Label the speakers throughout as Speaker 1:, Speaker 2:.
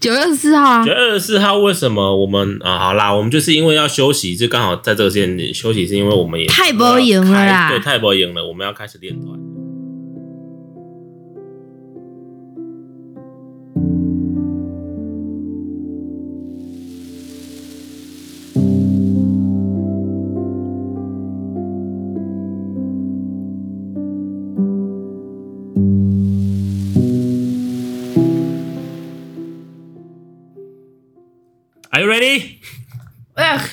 Speaker 1: 九月二十四号啊
Speaker 2: 九，月二十四号为什么我们啊？好啦，我们就是因为要休息，就刚好在这个时间点休息，是因为我们也
Speaker 1: 太不赢了啦
Speaker 2: 对，太不赢了，我们要开始练团。Are you ready？
Speaker 1: 哎，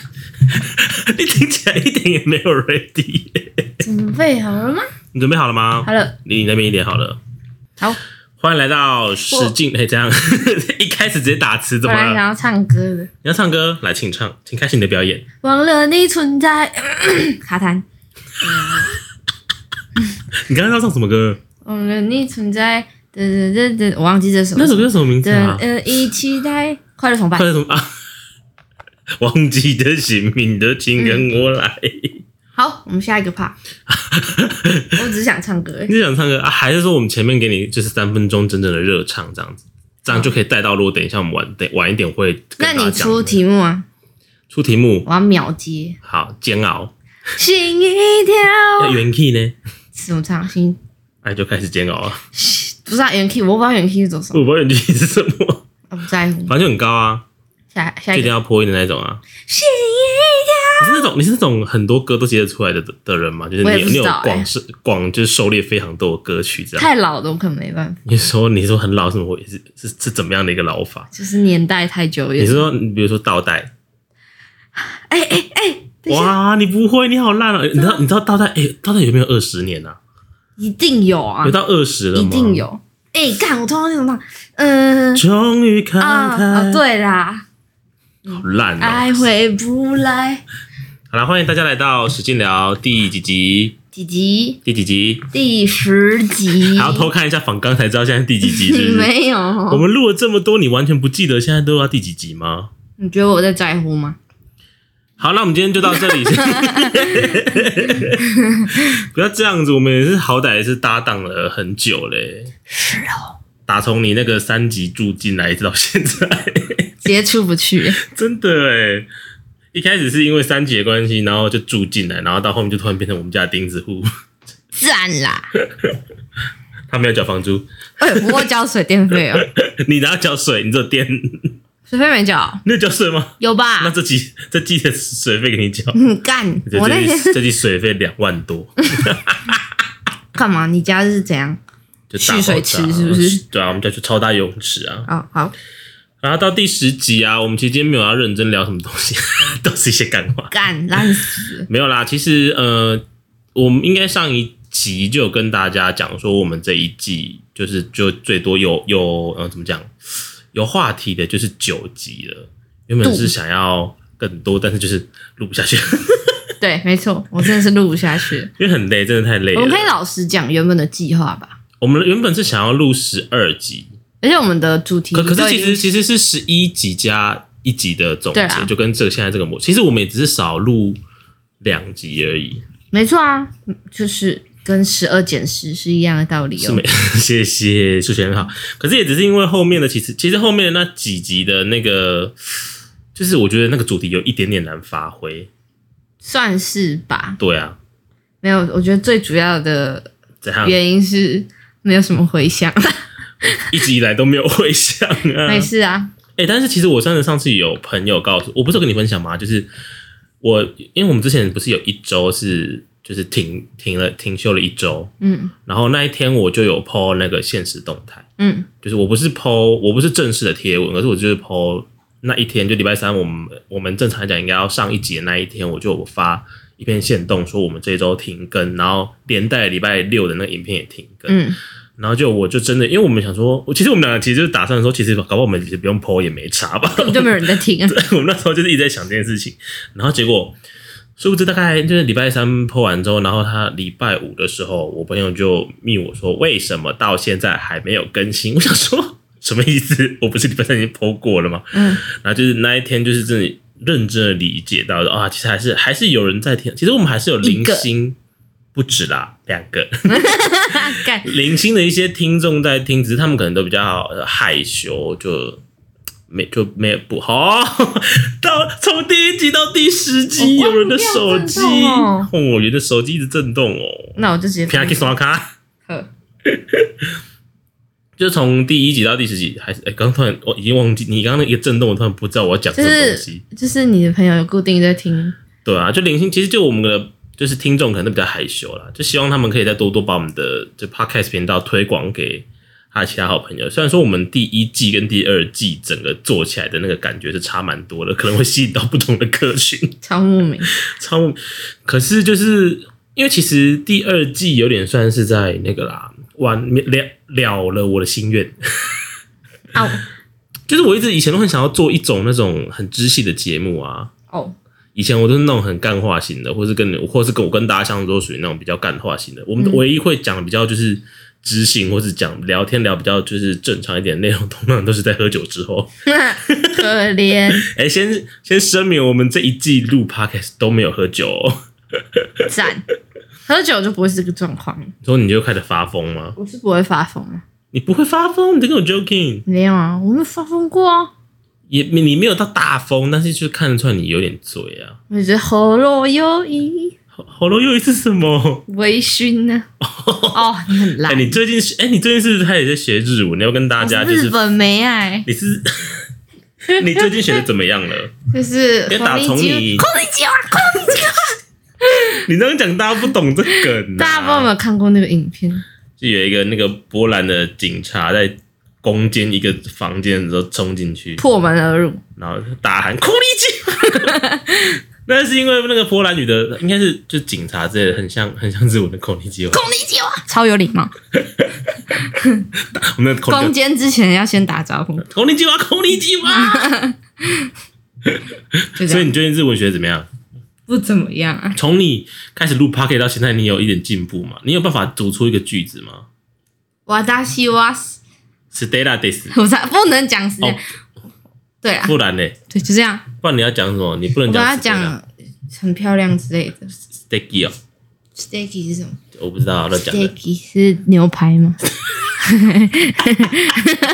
Speaker 2: 你听起来一点也没有 ready 耶、
Speaker 1: 准备好了吗？
Speaker 2: 你准备好了吗？
Speaker 1: 好了，
Speaker 2: 离你那边一点好了。
Speaker 1: 好，
Speaker 2: 欢迎来到史进，哎，这样 一开始直接打词怎
Speaker 1: 本
Speaker 2: 么
Speaker 1: 来想
Speaker 2: 了？
Speaker 1: 要唱歌的，
Speaker 2: 你要唱歌，来，请唱，请开始你的表演。
Speaker 1: 忘了你存在，卡痰。
Speaker 2: 你刚刚要唱什么歌？
Speaker 1: 忘了你存在，等等等等，我忘记这首
Speaker 2: 那首歌是什么名字
Speaker 1: 等
Speaker 2: 啊？
Speaker 1: 呃，一起来快乐崇拜
Speaker 2: 快。乐什么啊？ 忘记的姓名的，请跟我来。
Speaker 1: 好，我们下一个 part。我只是想唱歌而已，
Speaker 2: 你想唱歌啊？还是说我们前面给你就是三分钟整整的热唱这样子，这样就可以带到。如果等一下我们晚等晚一点会
Speaker 1: 那
Speaker 2: 跟大家
Speaker 1: 你
Speaker 2: 讲
Speaker 1: 出题目啊？
Speaker 2: 出题目，
Speaker 1: 我要秒接。
Speaker 2: 好煎熬。
Speaker 1: 心一
Speaker 2: 那
Speaker 1: 跳，
Speaker 2: 元 key 呢？
Speaker 1: 怎么唱？心
Speaker 2: 哎，就开始煎熬了。
Speaker 1: 不是啊，原 key，我不知道原 key 是走什么，
Speaker 2: 我不知道元 key 是什么，
Speaker 1: 我不在乎。
Speaker 2: 反正就很高啊，
Speaker 1: 下下一
Speaker 2: 就一定
Speaker 1: 个，
Speaker 2: 要破音的那种啊。
Speaker 1: 心一
Speaker 2: 你是那种你是那种很多歌都接得出来的的人吗？就是
Speaker 1: 我也
Speaker 2: 你
Speaker 1: 不
Speaker 2: 你
Speaker 1: 知
Speaker 2: 有
Speaker 1: 道哎
Speaker 2: 广是广就是狩猎非常多的歌曲这
Speaker 1: 跳，
Speaker 2: 样。
Speaker 1: 太老的我可能没办法，
Speaker 2: 你说你说很老什么我也是是是怎么样的一个老法？
Speaker 1: 就是年代太久
Speaker 2: 你
Speaker 1: 远。
Speaker 2: 说比如说倒带，
Speaker 1: 哎哎哎，等一下
Speaker 2: 哇，你不会，你好烂啊！你知道你知道倒带哎、倒带有没有二十年啊？
Speaker 1: 一定有啊
Speaker 2: 有，到二十了
Speaker 1: 一
Speaker 2: 吗？
Speaker 1: 定。有。哎，干，我突然想到，嗯
Speaker 2: 终于看
Speaker 1: 啊
Speaker 2: 开，
Speaker 1: 啊，对哎啦。
Speaker 2: 好烂啊！
Speaker 1: 爱回不来。
Speaker 2: 好了，欢迎大家来到史进聊第几集？
Speaker 1: 几集？
Speaker 2: 第几集？
Speaker 1: 第十集。
Speaker 2: 还要偷看一下访纲才知道现在第几集是不 是？
Speaker 1: 没有？
Speaker 2: 我们录了这么多，你完全不记得现在都要第几集吗？
Speaker 1: 你觉得我在在乎吗？
Speaker 2: 好，那我们今天就到这 里。不要这样子，我们也是好歹也是搭档了很久嘞。
Speaker 1: 是哦，
Speaker 2: 打从你那个三级住进来一直到现在，
Speaker 1: 直接出不去。
Speaker 2: 真的哎。一开始是因为三级的关系，然后就住进来，然后到后面就突然变成我们家的钉子户，
Speaker 1: 赞啦！
Speaker 2: 他没有缴房租，
Speaker 1: 我也不会交水电费 哦，
Speaker 2: 你哪有缴水？你只有电，
Speaker 1: 水费没交，
Speaker 2: 你有缴水吗？
Speaker 1: 有吧？
Speaker 2: 那这季这季的水费给你缴，
Speaker 1: 你干！
Speaker 2: 这
Speaker 1: 我那天
Speaker 2: 季这季水费两万多，
Speaker 1: 干嘛？你家是怎样？
Speaker 2: 就大爆炸
Speaker 1: 蓄水池是不是？
Speaker 2: 对啊，我们家去超大游泳池啊，
Speaker 1: 哦，好，
Speaker 2: 然后到第十集啊，我们其实今天没有要认真聊什么东西， 都是一些干话。
Speaker 1: 干烂死了！
Speaker 2: 没有啦，其实呃，我们应该上一集就有跟大家讲说，我们这一季就是就最多有有呃怎么讲，有话题的就是九集了。原本是想要更多，但是就是录不下去，
Speaker 1: 对，没错，我真的是录不下去了。
Speaker 2: 因为很累，真的太累
Speaker 1: 我
Speaker 2: 了
Speaker 1: 们。可以老实讲原本的计划吧，
Speaker 2: 我们原本是想要录十二集，
Speaker 1: 而且我们的主题
Speaker 2: 可可是
Speaker 1: 都已
Speaker 2: 其
Speaker 1: 经
Speaker 2: 实其实是十一集加一集的总结，
Speaker 1: 对啊
Speaker 2: 就跟这个现在这个模式。其实我们也只是少录两集而已，
Speaker 1: 没错啊，就是跟十二减十是一样的道理
Speaker 2: 是
Speaker 1: 哦。
Speaker 2: 没？ 谢谢数学很好。可是也只是因为后面的，其实其实后面的那几集的那个，就是我觉得那个主题有一点点难发挥。
Speaker 1: 算是吧。
Speaker 2: 对啊，
Speaker 1: 没有，我觉得最主要的
Speaker 2: 怎样？
Speaker 1: 原因是没有什么回响。
Speaker 2: 嗯一直以来都没有回响啊。
Speaker 1: 没事啊，
Speaker 2: 哎、但是其实我真的上次有朋友告诉我，不是有跟你分享吗？就是我，因为我们之前不是有一周是就是停停了停休了一周，
Speaker 1: 嗯
Speaker 2: 然后那一天我就有 PO 那个现实动态，
Speaker 1: 嗯，
Speaker 2: 就是我不是 PO 我不是正式的贴文，可是我就是 PO 那一天就礼拜三，我们我们正常来讲应该要上一集的那一天，我就有发一篇线动说我们这一周停更，然后连带礼拜六的那个影片也停更，
Speaker 1: 嗯，
Speaker 2: 然后就我就真的，因为我们想说，我其实我们两个其实就是打算说，其实搞不好我们其实不用 PO 也没差吧，
Speaker 1: 根本就没有人在听啊。
Speaker 2: 我们那时候就是一直在想这件事情，然后结果殊不知大概就是礼拜三破完之后，然后他礼拜五的时候，我朋友就密我说为什么到现在还没有更新？我想说什么意思？我不是礼拜三已经剖过了吗？
Speaker 1: 嗯，
Speaker 2: 然后就是那一天就是真的认真的理解到的啊，其实还是还是有人在听，其实我们还是有
Speaker 1: 一
Speaker 2: 零
Speaker 1: 个
Speaker 2: 星。不止啦，两个
Speaker 1: 干，
Speaker 2: 零星的一些听众在听，只是他们可能都比较呃害羞，就没就没有不好、 到从第一集到第十集，
Speaker 1: 我关
Speaker 2: 有
Speaker 1: 不
Speaker 2: 人的手机，
Speaker 1: 掉震动哦
Speaker 2: 我人的手机一直震动哦，
Speaker 1: 那我就直接
Speaker 2: 啪去刷卡。
Speaker 1: 呵
Speaker 2: 就从第一集到第十集，还是哎，刚、突然我已经忘记你刚刚那一个震动，我突然不知道我要讲什
Speaker 1: 就
Speaker 2: 么东
Speaker 1: 是
Speaker 2: 西。
Speaker 1: 就是你的朋友有固定在听，
Speaker 2: 对啊，就零星，其实就我们的就是听众可能都比较害羞啦，就希望他们可以再多多把我们的这 podcast 频道推广给他其他好朋友。虽然说我们第一季跟第二季整个做起来的那个感觉是差蛮多的，可能会吸引到不同的客群，
Speaker 1: 超莫名。
Speaker 2: 超。可是就是因为其实第二季有点算是在那个啦，完了了了我的心愿。
Speaker 1: 啊
Speaker 2: 就是我一直以前都很想要做一种那种很知性的节目啊，
Speaker 1: 哦，
Speaker 2: 以前我都是那种很干化型的，或是跟或是跟我跟大家相处都属于那种比较干化型的。我们
Speaker 1: 嗯
Speaker 2: 唯一会讲比较就是知性，或是讲聊天聊比较就是正常一点的内容，通常都是在喝酒之后。
Speaker 1: 可怜，
Speaker 2: 哎、先先声明，我们这一季录 podcast 都没有喝酒、哦。
Speaker 1: 赞。喝酒就不会是这个状况，
Speaker 2: 你说你就开始发疯吗？
Speaker 1: 我是不会发疯啊。
Speaker 2: 你不会发疯，你在跟我 joking。
Speaker 1: 没有啊，我没有发疯过啊。
Speaker 2: 也你没有到大疯，但是就是看得出来你有点醉啊。
Speaker 1: 我觉得喉咙有一
Speaker 2: 喉喉咙又一次什么？
Speaker 1: 微醺 呢、哦，你很
Speaker 2: 哎、
Speaker 1: 烂。
Speaker 2: 你最近是哎、你最近是不是开始在学日文？你要跟大
Speaker 1: 我
Speaker 2: 家
Speaker 1: 是
Speaker 2: 就是
Speaker 1: 日本没爱，
Speaker 2: 你是你最近学的怎么样了？
Speaker 1: 就是
Speaker 2: 别打从你
Speaker 1: 空力机啊，空力机。
Speaker 2: 你这样讲，大家不懂这梗、啊。
Speaker 1: 大家不知道有没有看过那个影片？
Speaker 2: 就有一个那个波兰的警察在攻坚一个房间的时候冲进去，
Speaker 1: 破门而入，
Speaker 2: 然后大喊“库里基”， 那是因为那个波兰语的应该是就警察之类的，很像很像日文的“库里基”。
Speaker 1: 空力机啊，超有礼貌。
Speaker 2: 我们的“
Speaker 1: 攻
Speaker 2: 空
Speaker 1: 坚之前要先打招呼，
Speaker 2: 空里基哇，空里基哇”。
Speaker 1: 就这
Speaker 2: 所以
Speaker 1: 样。
Speaker 2: 你最近日文学得怎么样？
Speaker 1: 不怎么样啊，
Speaker 2: 从你开始录 p o c k e t 到现在，你有一点进步吗？你有办法组出一个句子吗
Speaker 1: 我达西哇，
Speaker 2: ？Stella this，
Speaker 1: 我才不能讲是这样
Speaker 2: 哦。
Speaker 1: 对啊，
Speaker 2: 不然呢？
Speaker 1: 对，就这样。
Speaker 2: 不然你要讲什么？你不能
Speaker 1: 我
Speaker 2: 讲啊
Speaker 1: 把它
Speaker 2: Stella。
Speaker 1: 讲很漂亮之类的。
Speaker 2: Sticky 哦，
Speaker 1: Steaky 是什么
Speaker 2: 我不知道乱 讲的。
Speaker 1: ？Steaky 是牛排吗？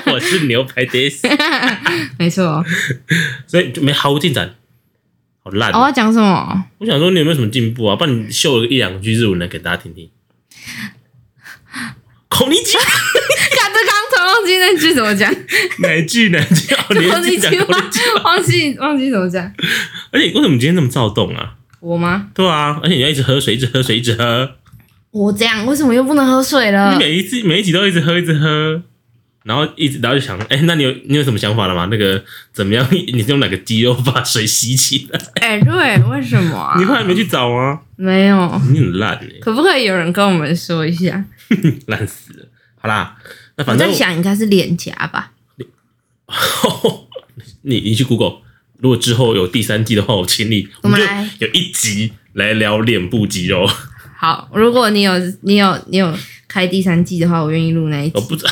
Speaker 2: 我是牛排 this，
Speaker 1: 没错哦。
Speaker 2: 所以就没毫无进展，好烂
Speaker 1: 哦
Speaker 2: 哦、
Speaker 1: 我要讲什么？
Speaker 2: 我想说你有没有什么进步啊？不然你秀了一两句日文来给大家听听。孔尼 基
Speaker 1: 看这刚才忘记那句怎么讲，
Speaker 2: 哪一句哪一 句？哦，你
Speaker 1: 忘
Speaker 2: 是
Speaker 1: 记
Speaker 2: 讲
Speaker 1: 句
Speaker 2: 孔尼基
Speaker 1: 话，忘记忘记怎么讲。
Speaker 2: 而且为什么你今天这么躁动啊？
Speaker 1: 我吗？
Speaker 2: 对啊，而且你要一直喝水，一直喝水，一直喝。
Speaker 1: 我这样为什么又不能喝水了
Speaker 2: 你？每一次每一集都一直喝，一直喝，然后一直然后就想，哎、那你有你有什么想法了吗？那个怎么样？ 你是用哪个肌肉把水吸起来？
Speaker 1: 哎、对，为什么啊
Speaker 2: 你？后来没去找吗？
Speaker 1: 没有，
Speaker 2: 你很烂哎、
Speaker 1: 可不可以有人跟我们说一下？
Speaker 2: 烂死了。好啦，那
Speaker 1: 我
Speaker 2: 反正
Speaker 1: 在想，应该是脸颊吧。
Speaker 2: 你你去 Google，如果之后有第三季的话，我请你，
Speaker 1: 我
Speaker 2: 们
Speaker 1: 们
Speaker 2: 就
Speaker 1: 来
Speaker 2: 有一集来聊脸部肌肉。
Speaker 1: 好，如果你有你有你有开第三季的话，我愿意录那一
Speaker 2: 我
Speaker 1: 集。
Speaker 2: 不知道。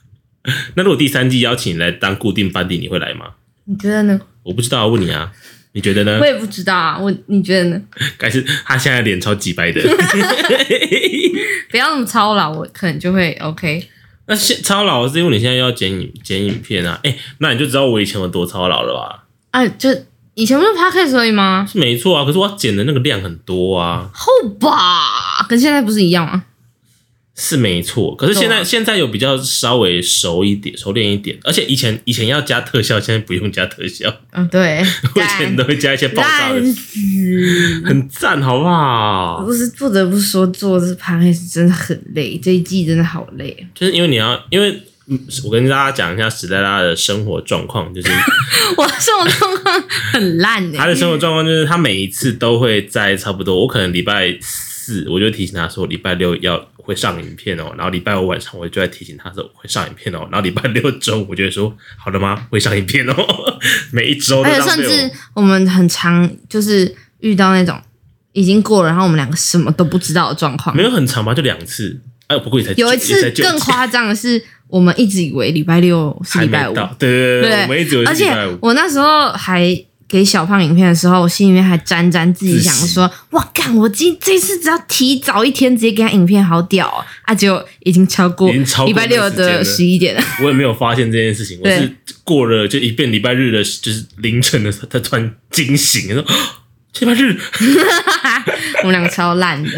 Speaker 2: 那如果第三季邀请你来当固定班底，你会来吗？
Speaker 1: 你觉得呢？
Speaker 2: 我不知道，我问你啊，你觉得呢
Speaker 1: 我？也不知道啊，我你觉得呢？
Speaker 2: 还是他现在脸超级白的？
Speaker 1: 不要那么操劳，我可能就会 OK。
Speaker 2: 那现超老是因为你现在要剪影剪影片啊，哎、那你就知道我以前有多超老了吧？
Speaker 1: 啊，就以前不是 p o d c a s 而已吗？
Speaker 2: 是没错啊，可是我要剪的那个量很多啊。
Speaker 1: 后吧，跟现在不是一样吗？
Speaker 2: 是没错，可是现在、
Speaker 1: 对啊
Speaker 2: 现在有比较稍微熟一点、熟练一点，而且以前以前要加特效，现在不用加 特效，
Speaker 1: 嗯，对，
Speaker 2: 我以前都会加一些爆炸
Speaker 1: 烂
Speaker 2: 的，
Speaker 1: 死！
Speaker 2: 很赞，好不好？
Speaker 1: 不是不得不说，做这 p o d c a s 真的很累，这一季真的好累。
Speaker 2: 就是因为你要，因为嗯我跟大家讲一下史黛拉的生活状况， 就是
Speaker 1: 我这种状况很烂
Speaker 2: 她
Speaker 1: 哎、
Speaker 2: 的生活状况就是她每一次都会在差不多，我可能礼拜四我就提醒她说礼拜六要会上影片哦，然后礼拜五晚上我就在提醒她说会上影片哦，然后礼拜六中午我就会说好了吗？会上影片哦， 每一周
Speaker 1: 而
Speaker 2: 都
Speaker 1: 且
Speaker 2: 浪
Speaker 1: 甚
Speaker 2: 费我。
Speaker 1: 至我们很常就是遇到那种已经过了，然后我们两个什么都不知道的状况
Speaker 2: 没。有很长吧，就两次。哎，不过也才
Speaker 1: 有一
Speaker 2: 也
Speaker 1: 次
Speaker 2: 才九
Speaker 1: 更
Speaker 2: 集
Speaker 1: 夸张的是，我们一直以为礼拜六是
Speaker 2: 还
Speaker 1: 礼
Speaker 2: 没
Speaker 1: 拜五，
Speaker 2: 到，对对对，
Speaker 1: 对
Speaker 2: 我们一直以为
Speaker 1: 而
Speaker 2: 是礼
Speaker 1: 且
Speaker 2: 拜五，
Speaker 1: 我那时候还给小胖影片的时候，我心里面还沾沾自喜，
Speaker 2: 自喜
Speaker 1: 想说：“哇，干！我今这次只要提早一天直接给他影片，好屌哦！”啊，结果已经超过
Speaker 2: 已经超过
Speaker 1: 礼拜六的
Speaker 2: 那时
Speaker 1: 十一点了。
Speaker 2: 我也没有发现这件事情，我
Speaker 1: 对
Speaker 2: 是过了就一遍礼拜日的，就是凌晨的时候，他突然惊醒，说 啊礼拜日
Speaker 1: 我们两个超烂的，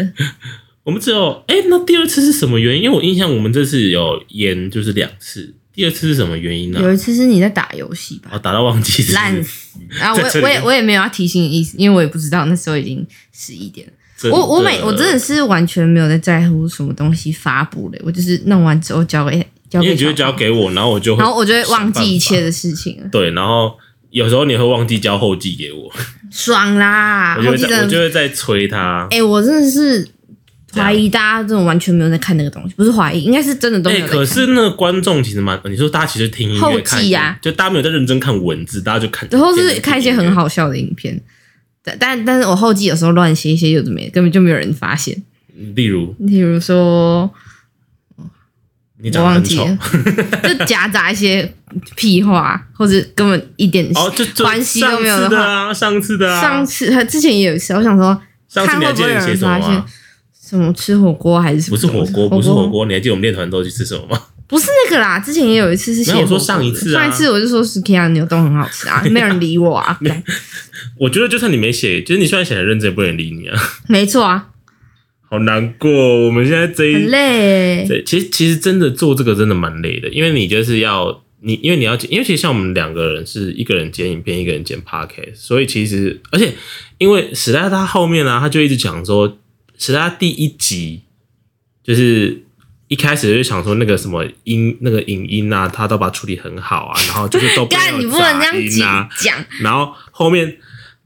Speaker 2: 我们只有哎、那第二次是什么原因？因为我印象我们这次有延就是两次，第二次是什么原因呢、
Speaker 1: 有一次是你在打游戏吧
Speaker 2: 我、？打到忘记是不是
Speaker 1: 烂死！然后我
Speaker 2: 在
Speaker 1: 也
Speaker 2: 这里
Speaker 1: 我也我也没有要提醒你意思，因为我也不知道那时候已经十一点了。
Speaker 2: 真的
Speaker 1: 我我每我真的是完全没有在在乎什么东西发布嘞，我就是弄完之后交给交
Speaker 2: 因为
Speaker 1: 给
Speaker 2: 你就
Speaker 1: 小
Speaker 2: 会
Speaker 1: 胖，
Speaker 2: 交给我，然后我就
Speaker 1: 哦
Speaker 2: 会
Speaker 1: 然后我就会忘
Speaker 2: 想办
Speaker 1: 记一
Speaker 2: 法
Speaker 1: 切的事情了，
Speaker 2: 对，然后有时候你会忘记交后记给我，
Speaker 1: 爽啦！
Speaker 2: 我就
Speaker 1: 后
Speaker 2: 会
Speaker 1: 记
Speaker 2: 在我
Speaker 1: 真
Speaker 2: 就
Speaker 1: 的，
Speaker 2: 会再催他。
Speaker 1: 哎、我真的是
Speaker 2: 怎样
Speaker 1: 怀疑大家这种完全没有在看那个东西，不是怀疑，应该是真的都没
Speaker 2: 哎、
Speaker 1: 有在看。
Speaker 2: 可是那个观众其实蛮，你说大家其实听音
Speaker 1: 后
Speaker 2: 乐看
Speaker 1: 记呀
Speaker 2: 音就大家没有在认真看文字，大家就看，
Speaker 1: 然后是看一些很，好笑的影片，但但但是我后记有时候乱写一些有的没的，根本就没有人发现。
Speaker 2: 例如
Speaker 1: 例如说，
Speaker 2: 你
Speaker 1: 我
Speaker 2: 长得
Speaker 1: 忘
Speaker 2: 很
Speaker 1: 记
Speaker 2: 丑，
Speaker 1: 了， 就夹杂一些屁话，或者根本一点
Speaker 2: 哦，就就
Speaker 1: 关系都没有
Speaker 2: 上
Speaker 1: 的
Speaker 2: 次的
Speaker 1: 话。
Speaker 2: 啊，上次的啊，
Speaker 1: 上次还之前也有一次，我想说
Speaker 2: 上次你还记得你写什么
Speaker 1: 看会不会有人
Speaker 2: 吗
Speaker 1: 发？什么吃火锅还是什
Speaker 2: 不
Speaker 1: 么
Speaker 2: 是
Speaker 1: 东西？
Speaker 2: 火锅，不是火，锅，你还记得我们练团之后去吃什么 吗？
Speaker 1: 不是那个啦。之前也有一次是写
Speaker 2: 没有我说
Speaker 1: 火锅的
Speaker 2: 上一次啊
Speaker 1: 上一次我就说是 k i 牛冻很好 吃啊，没有人理我啊。干
Speaker 2: 我觉得就算你没写，就是你虽然写的认真，也不能理你啊，
Speaker 1: 没错啊，
Speaker 2: 好难过。我们现在这
Speaker 1: 很
Speaker 2: 一
Speaker 1: 累。
Speaker 2: 对，其实其实真的做这个真的蛮累的，因为你就是要你，因为你要剪，因为其实像我们两个人是一个人剪影片，一个人剪 podcast，所以其实而且因为史莱他后面呢、他就一直讲说，史莱第一集就是一开始就想说那个什么音那个影音啊，他都把它处理很好啊，然后就是都没
Speaker 1: 干，你
Speaker 2: 有
Speaker 1: 不能这
Speaker 2: 杂
Speaker 1: 样
Speaker 2: 音啊
Speaker 1: 讲，讲，
Speaker 2: 然后后面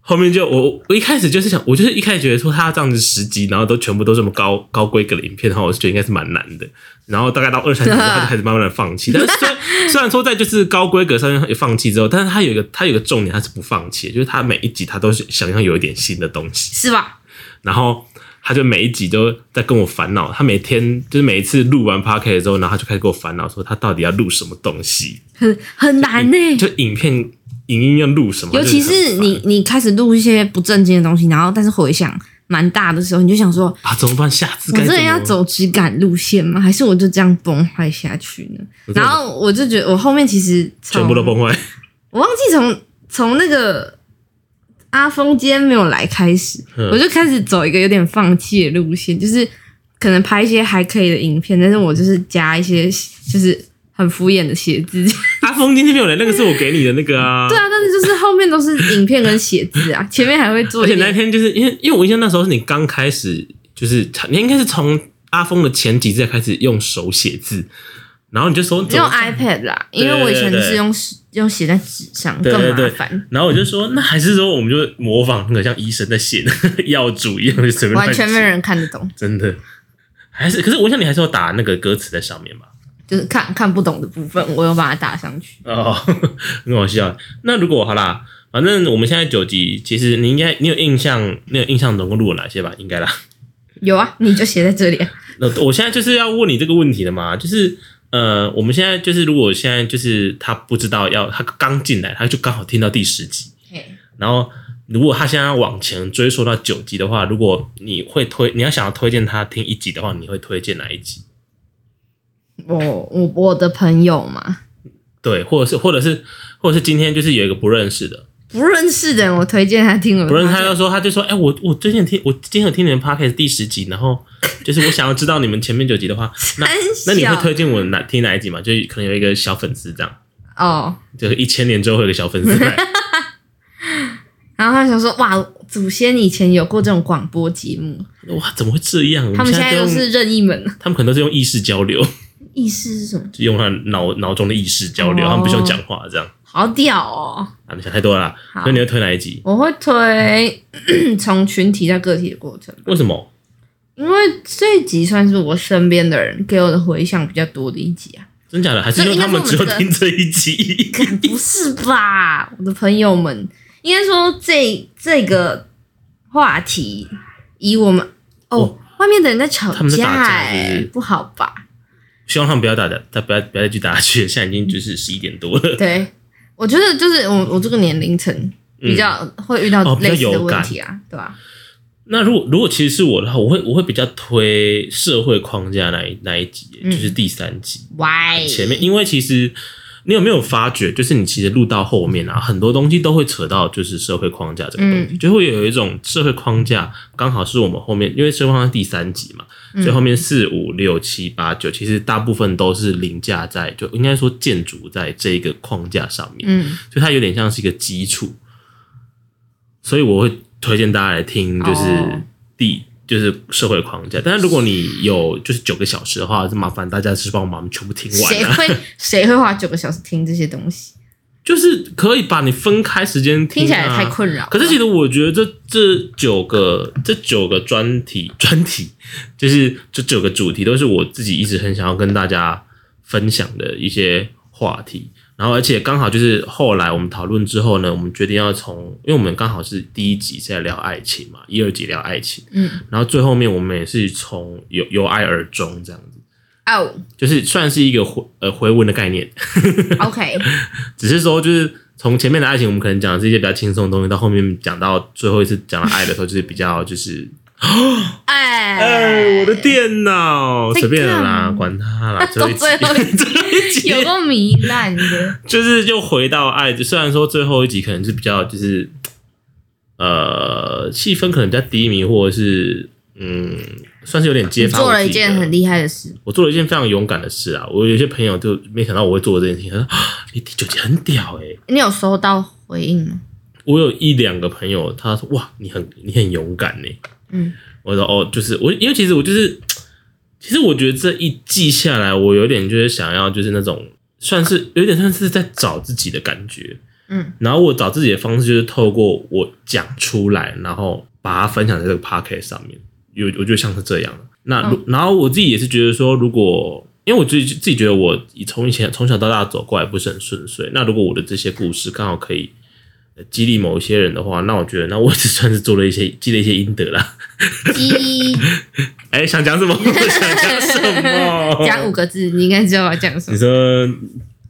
Speaker 2: 后面就我我一开始就是想，我就是一开始觉得说他要这样子十集，然后都全部都这么高高规格的影片的话，我是觉得应该是蛮难的。然后大概到二三集之后，他就开始慢慢的放弃。但是虽然虽然说在就是高规格上面也放弃之后，但是他有一个他有一个重点，他是不放弃的，就是他每一集他都是想要有一点新的东西。
Speaker 1: 是吧？
Speaker 2: 然后他就每一集都在跟我烦恼，他每天就是每一次录完 p o c a s t 之后，然后他就开始跟我烦恼说他到底要录什么东西，
Speaker 1: 很很难呢、
Speaker 2: 就影片影音要录什么，
Speaker 1: 尤其
Speaker 2: 他就是
Speaker 1: 是
Speaker 2: 很烦
Speaker 1: 你你开始录一些不正经的东西，然后但是回响蛮大的时候，你就想说，
Speaker 2: 啊，怎么办？下次
Speaker 1: 我
Speaker 2: 该
Speaker 1: 真
Speaker 2: 怎
Speaker 1: 的
Speaker 2: 么
Speaker 1: 要走质感路线吗？还是我就这样崩坏下去呢？
Speaker 2: 我真
Speaker 1: 然
Speaker 2: 的
Speaker 1: 后我就觉得我后面其实从
Speaker 2: 全部都，崩坏。
Speaker 1: 我忘记从从那个阿峰今天没有来开始，
Speaker 2: 嗯
Speaker 1: 我就开始走一个有点放弃的路线，就是可能拍一些还可以的影片，但是我就是加一些就是很敷衍的写字。
Speaker 2: 阿峰今天没有来，那个是我给你的那个 啊。
Speaker 1: 对啊，但是就是后面都是影片跟写字啊，前面还会做
Speaker 2: 而
Speaker 1: 一
Speaker 2: 且那
Speaker 1: 点。
Speaker 2: 天就是因为因为我印象那时候是你刚开始，就是你应该是从阿峰的前几次开始用手写字，然后你就说怎
Speaker 1: 用
Speaker 2: 么
Speaker 1: iPad 啦，因
Speaker 2: 对
Speaker 1: 为我以前
Speaker 2: 对
Speaker 1: 是
Speaker 2: 对
Speaker 1: 用纸用写在纸上，
Speaker 2: 对
Speaker 1: 更
Speaker 2: 对
Speaker 1: 麻
Speaker 2: 对
Speaker 1: 烦，
Speaker 2: 然后我就说那还是说我们就模仿那个像医生在写的药主一样，就随便乱
Speaker 1: 完全
Speaker 2: 写
Speaker 1: 没有人看得懂，
Speaker 2: 真的。还是，可是我想你还是要打那个歌词在上面吧。
Speaker 1: 就是看看不懂的部分，我有把它打上去。
Speaker 2: 哦， 很好笑。那如果好啦，反正我们现在九集，其实你应该你有印象，你有印象总共录了哪些吧？应该啦。
Speaker 1: 有啊，你就写在这里啊、
Speaker 2: 那我现在就是要问你这个问题了嘛，就是呃，我们现在就是如果现在就是他不知道要他刚进来，他就刚好听到第十集，
Speaker 1: 嘿
Speaker 2: 然后如果他现在要往前追溯到九集的话，如果你会推你要想要推荐他听一集的话，你会推荐哪一集？
Speaker 1: 我我我的朋友嘛，
Speaker 2: 对，或者是或者是或者是今天就是有一个不认识的，
Speaker 1: 不认识的人，我推荐他听我的。
Speaker 2: 不认识他就说，他就说，哎、我我最近听，我今天有听你们 podcast 第十集，然后 就是我想要知道你们前面九集的话，那
Speaker 1: 很
Speaker 2: 那你会
Speaker 1: 小
Speaker 2: 推荐我哪听哪一集嘛？就可能有一个小粉丝这样，
Speaker 1: 哦，
Speaker 2: 就是一千年之后会有一个小粉丝来，
Speaker 1: 然后他想说，哇，祖先以前有过这种广播节目，
Speaker 2: 哇，怎么会这样？我
Speaker 1: 他们现
Speaker 2: 在
Speaker 1: 在都
Speaker 2: 用，
Speaker 1: 是任意门。
Speaker 2: 他们可能都是用意识交流，
Speaker 1: 意思是什么？
Speaker 2: 就用他脑脑中的意识交流，
Speaker 1: 哦
Speaker 2: 他们不是用讲话这样。
Speaker 1: 好屌哦！
Speaker 2: 啊，你想太多了啦，
Speaker 1: 好
Speaker 2: 所以你会推哪一集？
Speaker 1: 我会推 从群体到个体的过程，
Speaker 2: 为什么？
Speaker 1: 因为这一集算是我身边的人给我的回响比较多的一集啊。
Speaker 2: 真假的？还是因为他们只有听这一集？
Speaker 1: 不是吧，我的朋友们，应该说这这个话题，以我们哦，
Speaker 2: 哦
Speaker 1: 外面的人在吵
Speaker 2: 他们在打架
Speaker 1: 哎
Speaker 2: 是不是
Speaker 1: 不好吧？
Speaker 2: 希望他们不要打的，他不要不要再去打下去了，现在已经就是十一点多了。
Speaker 1: 对，我觉得就是我我这个年龄层比较会遇到
Speaker 2: 嗯哦比较
Speaker 1: 类似的
Speaker 2: 有
Speaker 1: 问
Speaker 2: 感
Speaker 1: 题啊，对吧？
Speaker 2: 那如果如果其实是我的话，我会我会比较推社会框架那一那一集，
Speaker 1: 嗯
Speaker 2: 就是第三集、
Speaker 1: Why？
Speaker 2: 前面，因为其实你有没有发觉，就是你其实录到后面啊，很多东西都会扯到就是社会框架这个东西，就会有一种社会框架刚好是我们后面，因为社会框架第三集嘛，所以后面四五六七八九，其实大部分都是凌驾在就应该说建筑在这一个框架上面，
Speaker 1: 嗯，
Speaker 2: 所以它有点像是一个基础，所以我会推荐大家来听，就是
Speaker 1: 哦
Speaker 2: 第、就是社会框架。但是如果你有就是九个小时的话，就麻烦大家是帮我们把它们全部听完、
Speaker 1: 谁
Speaker 2: 啊，
Speaker 1: 会 谁会花九个小时听这些东西？
Speaker 2: 就是可以把你分开时间听、啊，
Speaker 1: 听起来太困扰了。
Speaker 2: 可是其实我觉得这这九个这九个专题 专题，就是这九个主题都是我自己一直很想要跟大家分享的一些话题。然后而且刚好就是后来我们讨论之后呢，我们决定要从，因为我们刚好是第一集是在聊爱情嘛，一二集聊爱情，
Speaker 1: 嗯，
Speaker 2: 然后最后面我们也是从由由爱而终这样子，
Speaker 1: 哦
Speaker 2: 就是算是一个回呃回文的概念。
Speaker 1: ，OK，
Speaker 2: 只是说就是从前面的爱情，我们可能讲的是一些比较轻松的东西，到后面讲到最后一次讲到爱的时候，就是比较就是，
Speaker 1: 哎，
Speaker 2: 哎，我的电脑
Speaker 1: 在
Speaker 2: 随便了啦
Speaker 1: 干，嘛
Speaker 2: 管它啦，最
Speaker 1: 都
Speaker 2: 后一集
Speaker 1: 最后一集
Speaker 2: 最后一集
Speaker 1: 有够糜烂的，
Speaker 2: 就是又回到爱，虽然说最后一呃集可能是比较就是，呃，气氛可能比较低迷，或者是嗯，算是有点揭发
Speaker 1: 做
Speaker 2: 我自
Speaker 1: 了一
Speaker 2: 己的
Speaker 1: 件很厉害的事，
Speaker 2: 我做了一件非常勇敢的事啊！我有些朋友就没想到我会做这件事情，他说啊你第九集很屌哎、
Speaker 1: 你有收到回应吗？
Speaker 2: 我有一两个朋友，他说：“哇，你很你很勇敢欸呢。”
Speaker 1: 嗯，
Speaker 2: 我说：“哦，就是我，因为其实我就是，其实我觉得这一季下来，我有点就是想要就是那种算是有点像是在找自己的感觉。
Speaker 1: 嗯，
Speaker 2: 然后我找自己的方式就是透过我讲出来，然后把它分享在这个 p o c k e t 上面。有我觉得像是这样。那如、然后我自己也是觉得说，如果因为我自己自己觉得我从以前从小到大走过来不是很顺遂，那如果我的这些故事刚好可以。呃激励某一些人的话，那我觉得那我只算是做了一些积了一些阴德啦。
Speaker 1: 鸡
Speaker 2: 哎、想讲什么？ 想讲什 么？
Speaker 1: 讲五个字，你应该知道我要讲什
Speaker 2: 你
Speaker 1: 么。
Speaker 2: 说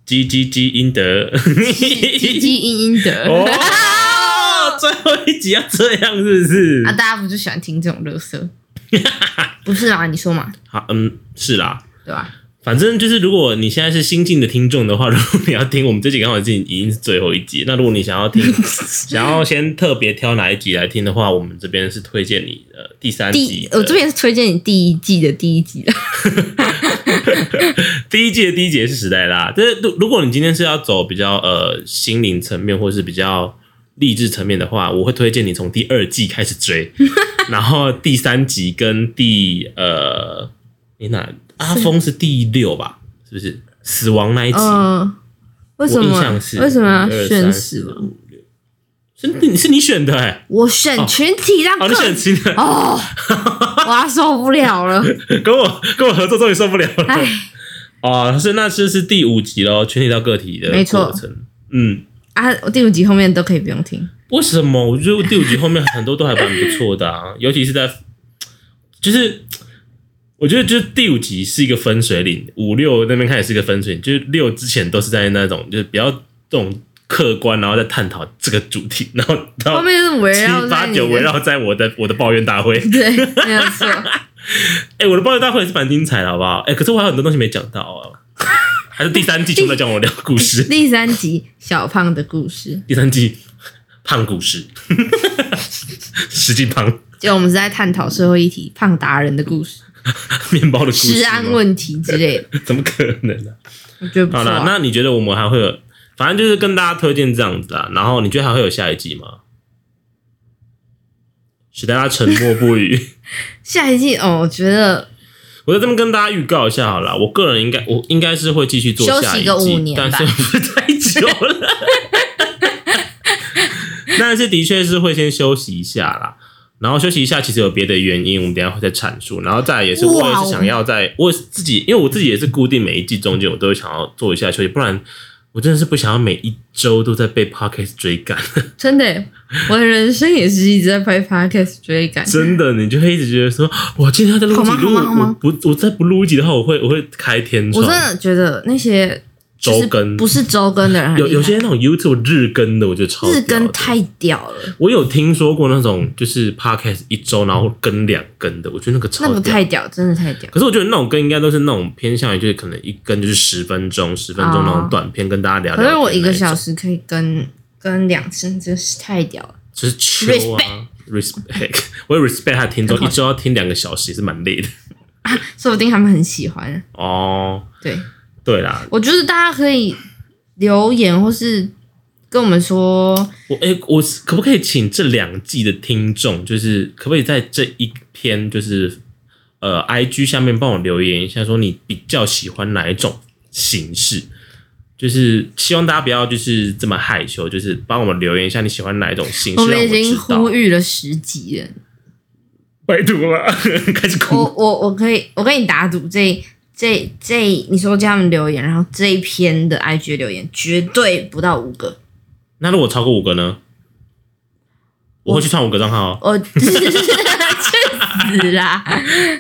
Speaker 2: 积积积 阴德。
Speaker 1: 积积阴阴德、
Speaker 2: 哦，最后一集要这样是不是？
Speaker 1: 啊，大家不就喜欢听这种乐色？ 不是啊，你说嘛，
Speaker 2: 好，嗯，是啦。
Speaker 1: 对吧？
Speaker 2: 反正就是，如果你现在是新进的听众的话，如果你要听我们这集刚好已经已经是最后一集，那如果你想 要听，想要先特别挑哪一集来听的话，我们这边是推荐你呃第三集
Speaker 1: 第
Speaker 2: 的，
Speaker 1: 我这边是推荐你第一季的第一集的，
Speaker 2: 第一季的第一节是时代啦。但是如如果你今天是要走比较呃心灵层面或是比较励志层面的话，我会推荐你从第二季开始 追，然后第三集跟第呃，你哪阿峰是第六吧？是不是死亡那一集？
Speaker 1: 嗯，为什
Speaker 2: 我印
Speaker 1: 么
Speaker 2: 象是
Speaker 1: 为什么要
Speaker 2: 1 2
Speaker 1: 选
Speaker 2: 3
Speaker 1: 死亡？
Speaker 2: 5 6是你是你选的哎、
Speaker 1: 我选群体让
Speaker 2: 哦，你选
Speaker 1: 更
Speaker 2: 新的，
Speaker 1: 哦，我要受不了了，
Speaker 2: 跟我跟我合作终于受不了了。
Speaker 1: 唉。
Speaker 2: 哦，是那这是第五集喽，群体到个体的
Speaker 1: 没错
Speaker 2: 过程。嗯，
Speaker 1: 啊，我第五集后面都可以不用听。
Speaker 2: 为什么？我觉得第五集后面很多都还蛮不错的啊，尤其是在，就是我觉得就是第五集是一个分水岭，五六那边开始是一个分水岭，就是六之前都是在那种就是比较这种客观，然后在探讨这个主题，然后
Speaker 1: 后
Speaker 2: 到
Speaker 1: 面就是围
Speaker 2: 哦七
Speaker 1: 绕在
Speaker 2: 八
Speaker 1: 你
Speaker 2: 九围
Speaker 1: 的，
Speaker 2: 绕在我的我的抱怨大 会。
Speaker 1: 对，没有错。
Speaker 2: 哎、我的抱怨大会也是蛮精彩的，好不好？哎、可是我还有很多东西没讲到哦、 还是第三季全部在讲我聊故事，
Speaker 1: 第三集小胖的故事，
Speaker 2: 第三季胖故事， 十斤胖
Speaker 1: 就我们是在探讨社会议题、胖达人的故事、
Speaker 2: 面包的故事吗，
Speaker 1: 食安问题之类的，
Speaker 2: 怎么可能啊呢、
Speaker 1: 我觉得不
Speaker 2: 好
Speaker 1: 错
Speaker 2: 啦，
Speaker 1: 啊。
Speaker 2: 那你觉得我们还会有？反正就是跟大家推荐这样子啊啦。然后你觉得还会有下一季吗？使大家沉默不语。
Speaker 1: 下一季哦，我觉得
Speaker 2: 我在这边跟大家预告一下好了，我个人应该我应该是会继续做
Speaker 1: 休息
Speaker 2: 下一季，
Speaker 1: 个五年
Speaker 2: 但
Speaker 1: 吧
Speaker 2: 是 太久了， 但是的确是会先休息一下啦。然后休息一下，其实有别的原因，我们等一下会再阐述。然后再来也是，
Speaker 1: 哇
Speaker 2: 我
Speaker 1: 哦
Speaker 2: 也是想要在，我也是自己，因为我自己也是固定每一季中间，我都会想要做一下休息，不然我真的是不想要每一周都在被 podcast 追赶。
Speaker 1: 真的，我的人生也是一直在拍 podcast 追赶。
Speaker 2: 真的，你就会一直觉得说，我今天要再录一集，
Speaker 1: 好吗
Speaker 2: 如
Speaker 1: 好
Speaker 2: 果
Speaker 1: 吗好吗
Speaker 2: 我不我再不录一集的话，我会我会开天
Speaker 1: 我
Speaker 2: 窗。
Speaker 1: 真的觉得那些
Speaker 2: 周更，
Speaker 1: 不是周更的人很厉
Speaker 2: 有
Speaker 1: 害，
Speaker 2: 有些那种 YouTube 日更的，我觉得超屌的
Speaker 1: 日更太屌了，
Speaker 2: 我有听说过那种就是 podcast 一周然后更两更的，我觉得那个超
Speaker 1: 那
Speaker 2: 屌
Speaker 1: 不太屌，真的太屌。
Speaker 2: 可是我觉得那种更应该都是那种偏向于就是可能一更就是十分钟、十分钟
Speaker 1: 哦
Speaker 2: 那种短片跟大家聊聊
Speaker 1: 可
Speaker 2: 天那啊
Speaker 1: 是
Speaker 2: 种。
Speaker 1: 我一个小时可以跟跟两次，真是太屌了。
Speaker 2: 就是秋啊，respect，我 也 respect 他的听众，一周要听两个小时也是蛮累的
Speaker 1: 说不定他们很喜欢。啊
Speaker 2: 哦。
Speaker 1: 对，
Speaker 2: 对啦，
Speaker 1: 我觉得大家可以留言或是跟我们说，
Speaker 2: 我哎、我是可不可以请这两季的听众，就是可不可以在这一篇就是呃 IG 下面帮我留言一下，说你比较喜欢哪一种形式？就是希望大家不要就是这么害羞，就是帮我们留言一下你喜欢哪一种形式。
Speaker 1: 我们已
Speaker 2: 让
Speaker 1: 经
Speaker 2: 知道
Speaker 1: 呼吁了十集了。
Speaker 2: 拜托了， 开始
Speaker 1: 我
Speaker 2: 哭。
Speaker 1: 我我可以，我跟你打赌，这这这，你说叫他们留言，然后这一篇的 IG 留言绝对不到五个。
Speaker 2: 那如果超过五个呢？我会去创五个账号哦。
Speaker 1: 我 去死啦！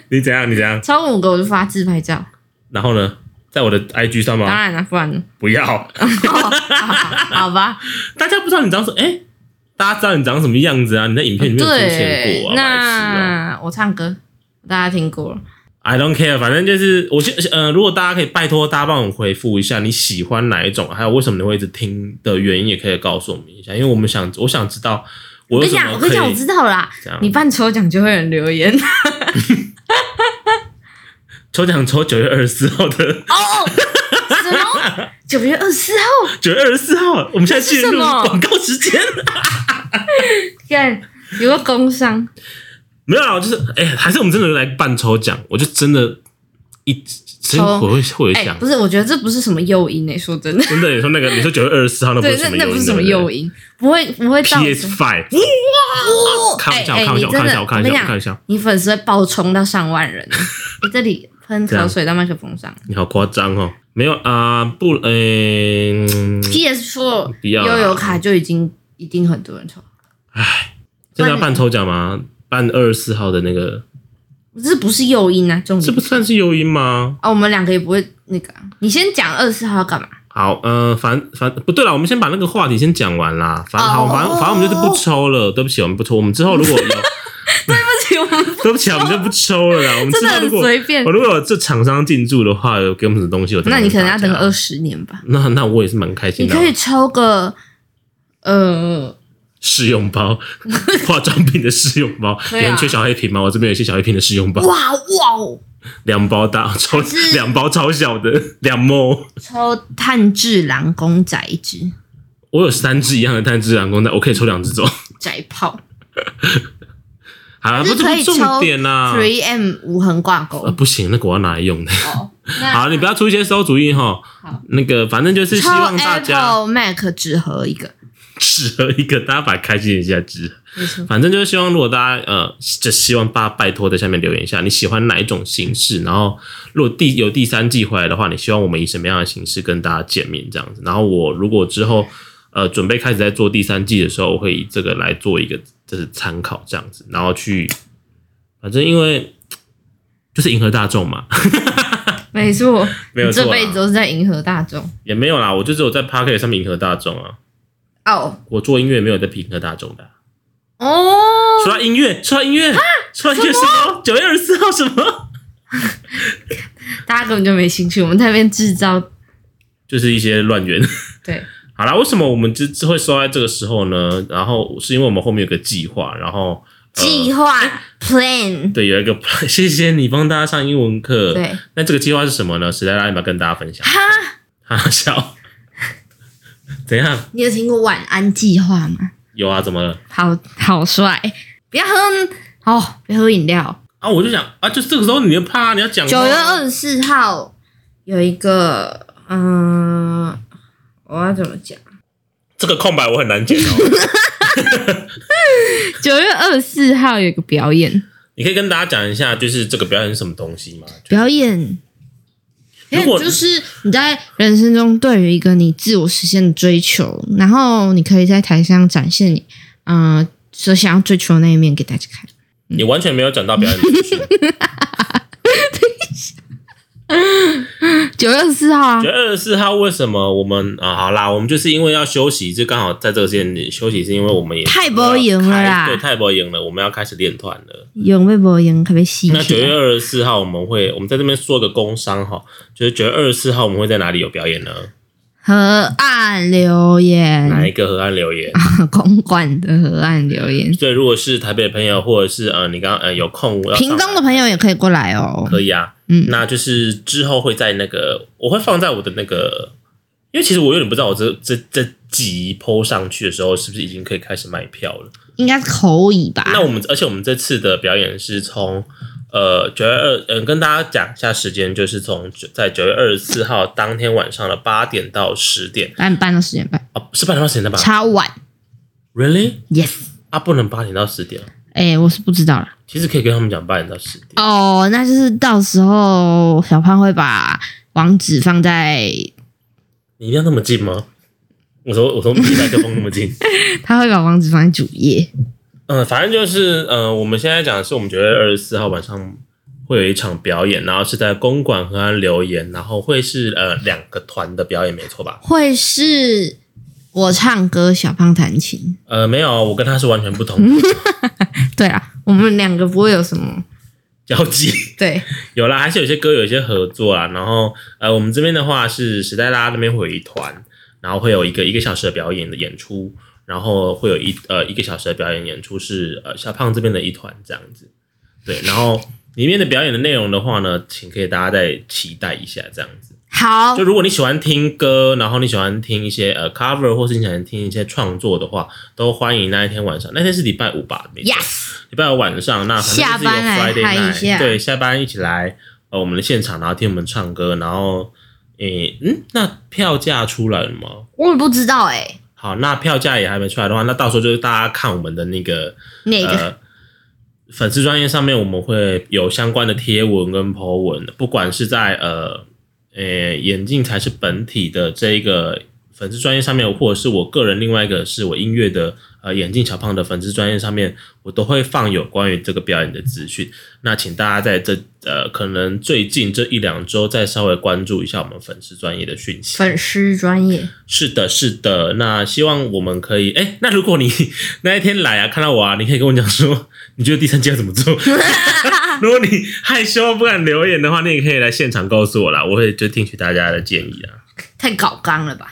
Speaker 2: 你怎样？你怎样？
Speaker 1: 超过五个我就发自拍照，
Speaker 2: 然后呢？在我的 IG 上
Speaker 1: 当
Speaker 2: 吗？
Speaker 1: 然了，不然呢？
Speaker 2: 不要，
Speaker 1: 好吧，
Speaker 2: 大家不知道你长什么，哎、大家知道你长什么样子啊？你在影片里面有出现
Speaker 1: 对
Speaker 2: 过，啊？白痴哦
Speaker 1: 那我唱歌，大家听过了。
Speaker 2: I don't care，反正就是我先呃，如果大家可以拜托大家帮我回复一下你喜欢哪一种，还有为什么你会一直听的原因，也可以告诉我们一下，因为我们想我想知道我
Speaker 1: 我跟
Speaker 2: 有
Speaker 1: 你
Speaker 2: 什
Speaker 1: 讲，
Speaker 2: 么
Speaker 1: 我
Speaker 2: 可
Speaker 1: 跟
Speaker 2: 以
Speaker 1: 你讲，我知道啦。
Speaker 2: 这样
Speaker 1: 你办抽奖就会有人留言。
Speaker 2: 抽奖抽九月二十四号的
Speaker 1: 哦，什么？ 九月二十四号？
Speaker 2: 九月二十四号，我们现在进
Speaker 1: 这是什
Speaker 2: 入
Speaker 1: 么
Speaker 2: 广告时间。
Speaker 1: 看有个工伤，
Speaker 2: 没有啦，我就是哎、还是我们真的来办抽奖，我就真的一真的会会
Speaker 1: 哎、
Speaker 2: 想，
Speaker 1: 不是，我觉得这不是什么诱因诶、欸说真的，
Speaker 2: 真的你说那个你说九月二十四号那不
Speaker 1: 对
Speaker 2: 是，什
Speaker 1: 那
Speaker 2: 么
Speaker 1: 那
Speaker 2: 诱
Speaker 1: 不
Speaker 2: 因
Speaker 1: 是什么
Speaker 2: 对不
Speaker 1: 诱
Speaker 2: 对
Speaker 1: 因，不会不会造
Speaker 2: ？PS
Speaker 1: 成。
Speaker 2: Five，
Speaker 1: 哦
Speaker 2: 开玩笑
Speaker 1: 哎哎
Speaker 2: 开玩笑
Speaker 1: 你真的
Speaker 2: 开玩笑
Speaker 1: 我跟你
Speaker 2: 开玩
Speaker 1: 讲
Speaker 2: 笑，
Speaker 1: 你粉丝会爆冲到上万 人。你这里喷口水到麦克风上。
Speaker 2: 你好夸张哦！没有啊、不，呃、嗯
Speaker 1: PS Four
Speaker 2: 不要啦啊
Speaker 1: 悠游卡就已经一定很多人抽，
Speaker 2: 真的要办抽奖吗？办二十四号的那个，
Speaker 1: 这不是诱因啊，重
Speaker 2: 这
Speaker 1: 点
Speaker 2: 不算是诱因吗？
Speaker 1: 啊，我们两个也不会那个啊、你先讲二十四号要干嘛？
Speaker 2: 好，呃，反反不对了，我们先把那个话题先讲完啦。反好，
Speaker 1: 哦
Speaker 2: 反正反正我们就是不抽了，对不起，我们不抽，我们之后如果 有，
Speaker 1: 我们
Speaker 2: 对不起， 我们就不 抽了啦。我们
Speaker 1: 真
Speaker 2: 之
Speaker 1: 的
Speaker 2: 后如
Speaker 1: 很
Speaker 2: 果
Speaker 1: 随便
Speaker 2: 我。如果有这厂商进驻的话，有给我们什么东西，我 再
Speaker 1: 那你可能要
Speaker 2: 告诉
Speaker 1: 等
Speaker 2: 大家
Speaker 1: 二十年吧。
Speaker 2: 那那我也是蛮开心
Speaker 1: 你
Speaker 2: 的啊。
Speaker 1: 可以抽个，呃，
Speaker 2: 试用包， 化妆品的试用包，有
Speaker 1: 对啊
Speaker 2: 人缺小黑瓶吗？我这边有一些小黑瓶的试用包，
Speaker 1: 哇哇哦，
Speaker 2: 两包大，超
Speaker 1: 是
Speaker 2: 两包超小的，两毛。
Speaker 1: 抽炭治郎公仔一只，
Speaker 2: 我有三支一样的炭治郎公仔，我可以抽两支走。
Speaker 1: 宅炮
Speaker 2: 好了，
Speaker 1: 就是
Speaker 2: 不这不
Speaker 1: 可以
Speaker 2: 是重点啦、啊。
Speaker 1: ，Three M 无痕挂钩。
Speaker 2: 不行，那个我要拿 来用的。
Speaker 1: 哦，
Speaker 2: 好，
Speaker 1: 那
Speaker 2: 你不要出一些馊主意哈
Speaker 1: 好。
Speaker 2: 那个，反正就是希望
Speaker 1: 抽
Speaker 2: 大家
Speaker 1: Apple Mac 纸盒一个，
Speaker 2: 只合一个，大家把它开心一下，只
Speaker 1: 没错，
Speaker 2: 反正就是希望，如果大家呃，就希望大家拜托在下面留言一下，你喜欢哪一种形式？然后，如果第有第三季回来的话，你希望我们以什么样的形式跟大家见面这样子？然后我如果之后呃准备开始在做第三季的时候，我会以这个来做一个就是参考这样子，然后去，反正因为 就是迎合大众嘛，
Speaker 1: 没错，
Speaker 2: 没有
Speaker 1: 你这
Speaker 2: 错啦
Speaker 1: 辈子都是在迎合大众。
Speaker 2: 也没有啦，我就只有在 p a r k e t 上面迎合大众啊，
Speaker 1: 哦
Speaker 2: 我做音乐没有在迎合大众的 啊、
Speaker 1: 哦，
Speaker 2: 说到音乐，说到音乐，说到音乐什么？九月二十四号什么？
Speaker 1: 大家根本就没兴趣，我们在那边制造。
Speaker 2: 就是一些乱源。
Speaker 1: 对，
Speaker 2: 好啦，为什么我们这这会收在这个时候呢？然后是因为我们后面有个计划，然后、呃
Speaker 1: 计划 plan，
Speaker 2: 对有一个， 谢谢你帮大家上英文课。
Speaker 1: 对，
Speaker 2: 那这个计划是什么呢？史黛拉要不要跟大家分享？
Speaker 1: 哈。
Speaker 2: 哈哈笑，怎样？
Speaker 1: 你有听过晚安计划吗？
Speaker 2: 有啊，怎么了？
Speaker 1: 好好帅，不要喝哦，别喝饮料。
Speaker 2: 啊，我就想啊，就这个时候你就怕你要讲话
Speaker 1: 九月二十四号有一个，嗯、我要怎么讲？
Speaker 2: 这个空白我很难剪哦。
Speaker 1: 九月二十四号有一个表演，
Speaker 2: 你可以跟大家讲一下，就是这个表演是什么东西吗？
Speaker 1: 表演。表
Speaker 2: 如果
Speaker 1: 演就是你在人生中对于一个你自我实现的追求，然后你可以在台上展现你，嗯、呃，所想要追求的那一面给大家看。
Speaker 2: 你完全没有讲到表演的东西。
Speaker 1: 九月二十四号啊
Speaker 2: 九，月二十四号为什么我们啊？好啦，我们就是因为要休息，就刚好在这个时间点休息，是因为我们也
Speaker 1: 太不赢了啦
Speaker 2: 开对，太不赢了，我们要开始练团了。
Speaker 1: 永被博赢，可被吸
Speaker 2: 那九月
Speaker 1: 去。
Speaker 2: 二十四号我们会，我们在这边说个工商哈，就是九月二十四号我们会在哪里有表演呢？
Speaker 1: 嗯河岸留
Speaker 2: 哪
Speaker 1: 言，
Speaker 2: 一个河岸留言？
Speaker 1: 啊公馆的河岸留言，
Speaker 2: 所以如果是台北的朋友，或者是呃你刚呃有空要
Speaker 1: 屏东的
Speaker 2: 友
Speaker 1: 朋友也可以过来哦。
Speaker 2: 可以啊，
Speaker 1: 嗯
Speaker 2: 那就是之后会在那个我会放在我的那个，因为其实我有点不知道我这这这集播上去的时候是不是已经可以开始卖票了。
Speaker 1: 应该是口语吧？
Speaker 2: 那我们而且我们这次的表演是从呃九月二嗯跟大家讲一下时间，就是从9在九月二十四号当天晚上的八点到十点
Speaker 1: 八点半到十点半，
Speaker 2: 啊，是八点到十点的吧
Speaker 1: 超晚。
Speaker 2: ？Really？
Speaker 1: Yes，
Speaker 2: 啊，不能八点到十点，
Speaker 1: 哎、我是不知道了。
Speaker 2: 其实可以跟他们讲八点到十点。
Speaker 1: 哦，那就是到时候小胖会把网址放在，
Speaker 2: 你一定要那么近吗？我说我说离麦克风那么近。
Speaker 1: 他会把网址放在主页。
Speaker 2: 嗯，反正就是，呃，我们现在讲的是我们九月二十四号晚上会有一场表演，然后是在公馆和安留言，然后会是呃两个团的表演，没错吧？
Speaker 1: 会是我唱歌，小胖弹琴。
Speaker 2: 呃，没有，我跟他是完全不同的
Speaker 1: 对啊，我们两个不会有什么
Speaker 2: 交集。
Speaker 1: 对
Speaker 2: 有啦，还是有些歌有一些合作啦。然后呃，我们这边的话是时代啦那边会有一团，然后会有一个一个小时的表演的演出，然后会有一呃一个小时的表演演出是呃小胖这边的一团这样子。对，然后里面的表演的内容的话呢，请可以大家再期待一下这样子。
Speaker 1: 好
Speaker 2: 就如果你喜欢听歌，然后你喜欢听一些呃 cover，或是你喜欢听一些创作的话，都欢迎那一天晚上。那天是礼拜五吧？没错。
Speaker 1: ，yes，
Speaker 2: 礼拜五晚上，那反正就是有
Speaker 1: 下班来
Speaker 2: Friday
Speaker 1: 嗨一
Speaker 2: night，
Speaker 1: 下
Speaker 2: 对，下班一起来呃我们的现场，然后听我们唱歌，然后诶嗯，那票价出来了吗？
Speaker 1: 我也不知道哎、
Speaker 2: 好，那票价也还没出来的话，那到时候就是大家看我们的那个
Speaker 1: 哪个、
Speaker 2: 呃粉丝专业上面，我们会有相关的贴文跟 po 文，不管是在呃诶眼镜才是本体的这一个粉丝专业上面，或者是我个人另外一个是我音乐的呃眼镜小胖的粉丝专业上面，我都会放有关于这个表演的资讯。那请大家在这呃可能最近这一两周再稍微关注一下我们粉丝专业的讯息。
Speaker 1: 粉丝专业？
Speaker 2: 是的，是的。那希望我们可以，哎，那如果你 那一天来啊，看到我啊，你可以跟我讲说，你觉得第三季要怎么做？如果你害羞不敢留言的话，你也可以来现场告诉我啦，我会就听取大家的建议啊。
Speaker 1: 太搞纲了吧？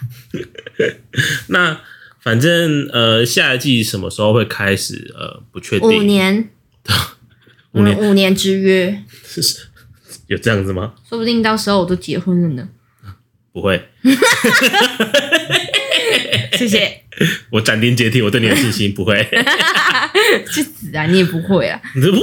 Speaker 2: 那反正呃，下一季什么时候会开始？呃，不确定。
Speaker 1: 五年，我们 五年之约，
Speaker 2: 有这样子吗？
Speaker 1: 说不定到时候我都结婚了呢。
Speaker 2: 不会，
Speaker 1: 谢谢，
Speaker 2: 我斩钉截铁，我对你有信心，不会。
Speaker 1: 去死啊！你也不会啊？
Speaker 2: 你这哇！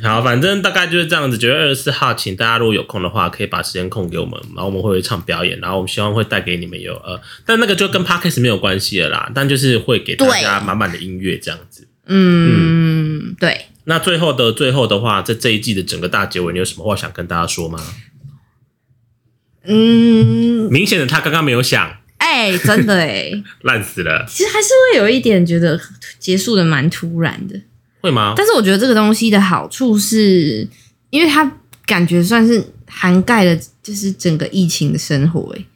Speaker 2: 好，反正大概就是这样子。九月二十四号，请大家如果有空的话，可以把时间空给我们，然后我们会有一场表演，然后我们希望会带给你们有呃，但那个就跟 podcast 没有关系了啦，但就是会给大家
Speaker 1: 对
Speaker 2: 满满的音乐这样子。
Speaker 1: 嗯，对，
Speaker 2: 那最后的最后的话，在这一季的整个大结尾，你有什么话想跟大家说吗？
Speaker 1: 嗯，
Speaker 2: 明显的他刚刚没有想，
Speaker 1: 哎、真的哎、
Speaker 2: 烂死 了，
Speaker 1: 其实还是会有一点觉得结束的蛮突然的。
Speaker 2: 会吗？
Speaker 1: 但是我觉得这个东西的好处是，因为它感觉算是涵盖了就是整个疫情的生活、欸，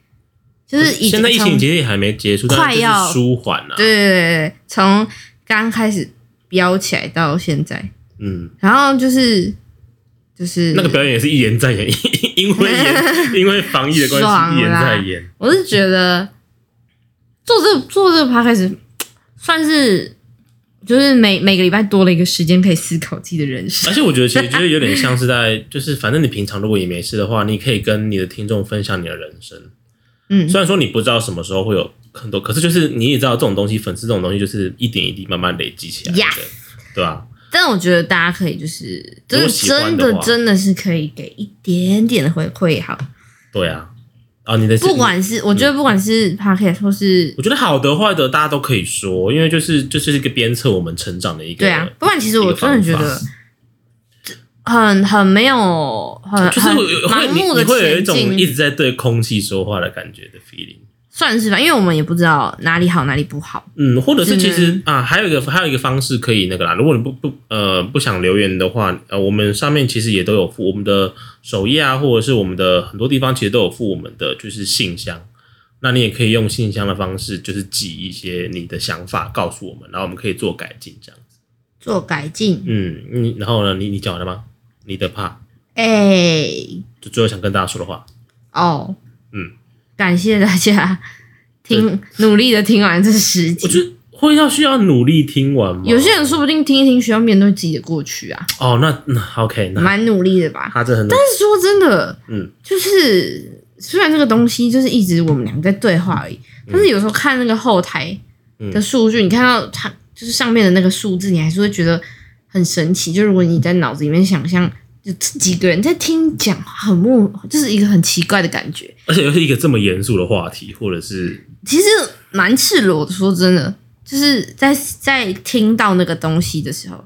Speaker 1: 就是已经
Speaker 2: 现在疫情
Speaker 1: 从
Speaker 2: 其实也还没结束，
Speaker 1: 快
Speaker 2: 但是就
Speaker 1: 要
Speaker 2: 是舒缓啊了、
Speaker 1: 对对对对，从刚开始飙起来到现在，
Speaker 2: 嗯，
Speaker 1: 然后就是就是
Speaker 2: 那个表演也是一言再言，因 为言因为防疫的关
Speaker 1: 爽啦
Speaker 2: 系，一言再言。
Speaker 1: 我是觉得做这做这个 p 开始算是就是每每个礼拜多了一个时间可以思考自己的人生
Speaker 2: 而。且我觉得其实就是有点像是在，就是反正你平常如果也没事的话，你可以跟你的听众分享你的人生。
Speaker 1: 嗯
Speaker 2: 虽然说你不知道什么时候会有很多，可是就是你也知道这种东西，粉丝这种东西就是一点一滴慢慢累积起来的
Speaker 1: Yes
Speaker 2: 对吧、
Speaker 1: 但我觉得大家可以就是，
Speaker 2: 如
Speaker 1: 真
Speaker 2: 果
Speaker 1: 的
Speaker 2: 喜欢
Speaker 1: 真
Speaker 2: 的
Speaker 1: 的
Speaker 2: 话
Speaker 1: 真的是可以给一点点的回馈也好，
Speaker 2: 对啊，啊，你的
Speaker 1: 不，管是我觉得不管是 podcast 或是
Speaker 2: 我觉得好的坏的大家都可以说，因为就是就是一个鞭策我们成长的一个。
Speaker 1: 对啊，不然其实我真的觉
Speaker 2: 一个
Speaker 1: 得很很没有很
Speaker 2: 就是
Speaker 1: 很
Speaker 2: 会有
Speaker 1: 盲
Speaker 2: 会你
Speaker 1: 目
Speaker 2: 你
Speaker 1: 的
Speaker 2: 会有一
Speaker 1: 前
Speaker 2: 种
Speaker 1: 进，
Speaker 2: 一直在对空气说话的感觉的 feeling。
Speaker 1: 算是吧，因为我们也不知道哪里好哪里不好。
Speaker 2: 嗯，或者是其
Speaker 1: 只
Speaker 2: 实啊，还有一个还有一个方式可以那个啦。如果你不不呃不想留言的话，呃，我们上面其实也都有附我们的首页啊，或者是我们的很多地方其实都有附我们的就是信箱。那你也可以用信箱的方式，就是寄一些你的想法告诉我们，然后我们可以做改进这样。
Speaker 1: 做改进，
Speaker 2: 嗯，你然后呢，你你讲完了吗？你的怕
Speaker 1: 哎、
Speaker 2: 就最后想跟大家说的话，
Speaker 1: 哦，
Speaker 2: 嗯，
Speaker 1: 感谢大家听努力的听完这十集。
Speaker 2: 我觉得会要需要努力听完吗？
Speaker 1: 有些人说不定听一听，需要面对自己的过去啊，
Speaker 2: 哦，那那 OK，那
Speaker 1: 蛮努力的吧。
Speaker 2: 他这很努
Speaker 1: 但是说真的，
Speaker 2: 嗯，
Speaker 1: 就是虽然这个东西就是一直我们两个在对话而已，
Speaker 2: 嗯
Speaker 1: 但是有时候看那个后台的数据，你看到它就是上面的那个数字，你还是会觉得很神奇。就如果你在脑子里面想象，就几个人在听讲话，很莫，就是一个很奇怪的感觉。
Speaker 2: 而且又是一个这么严肃的话题，或者是
Speaker 1: 其实蛮赤裸的，说真的，就是在在听到那个东西的时候，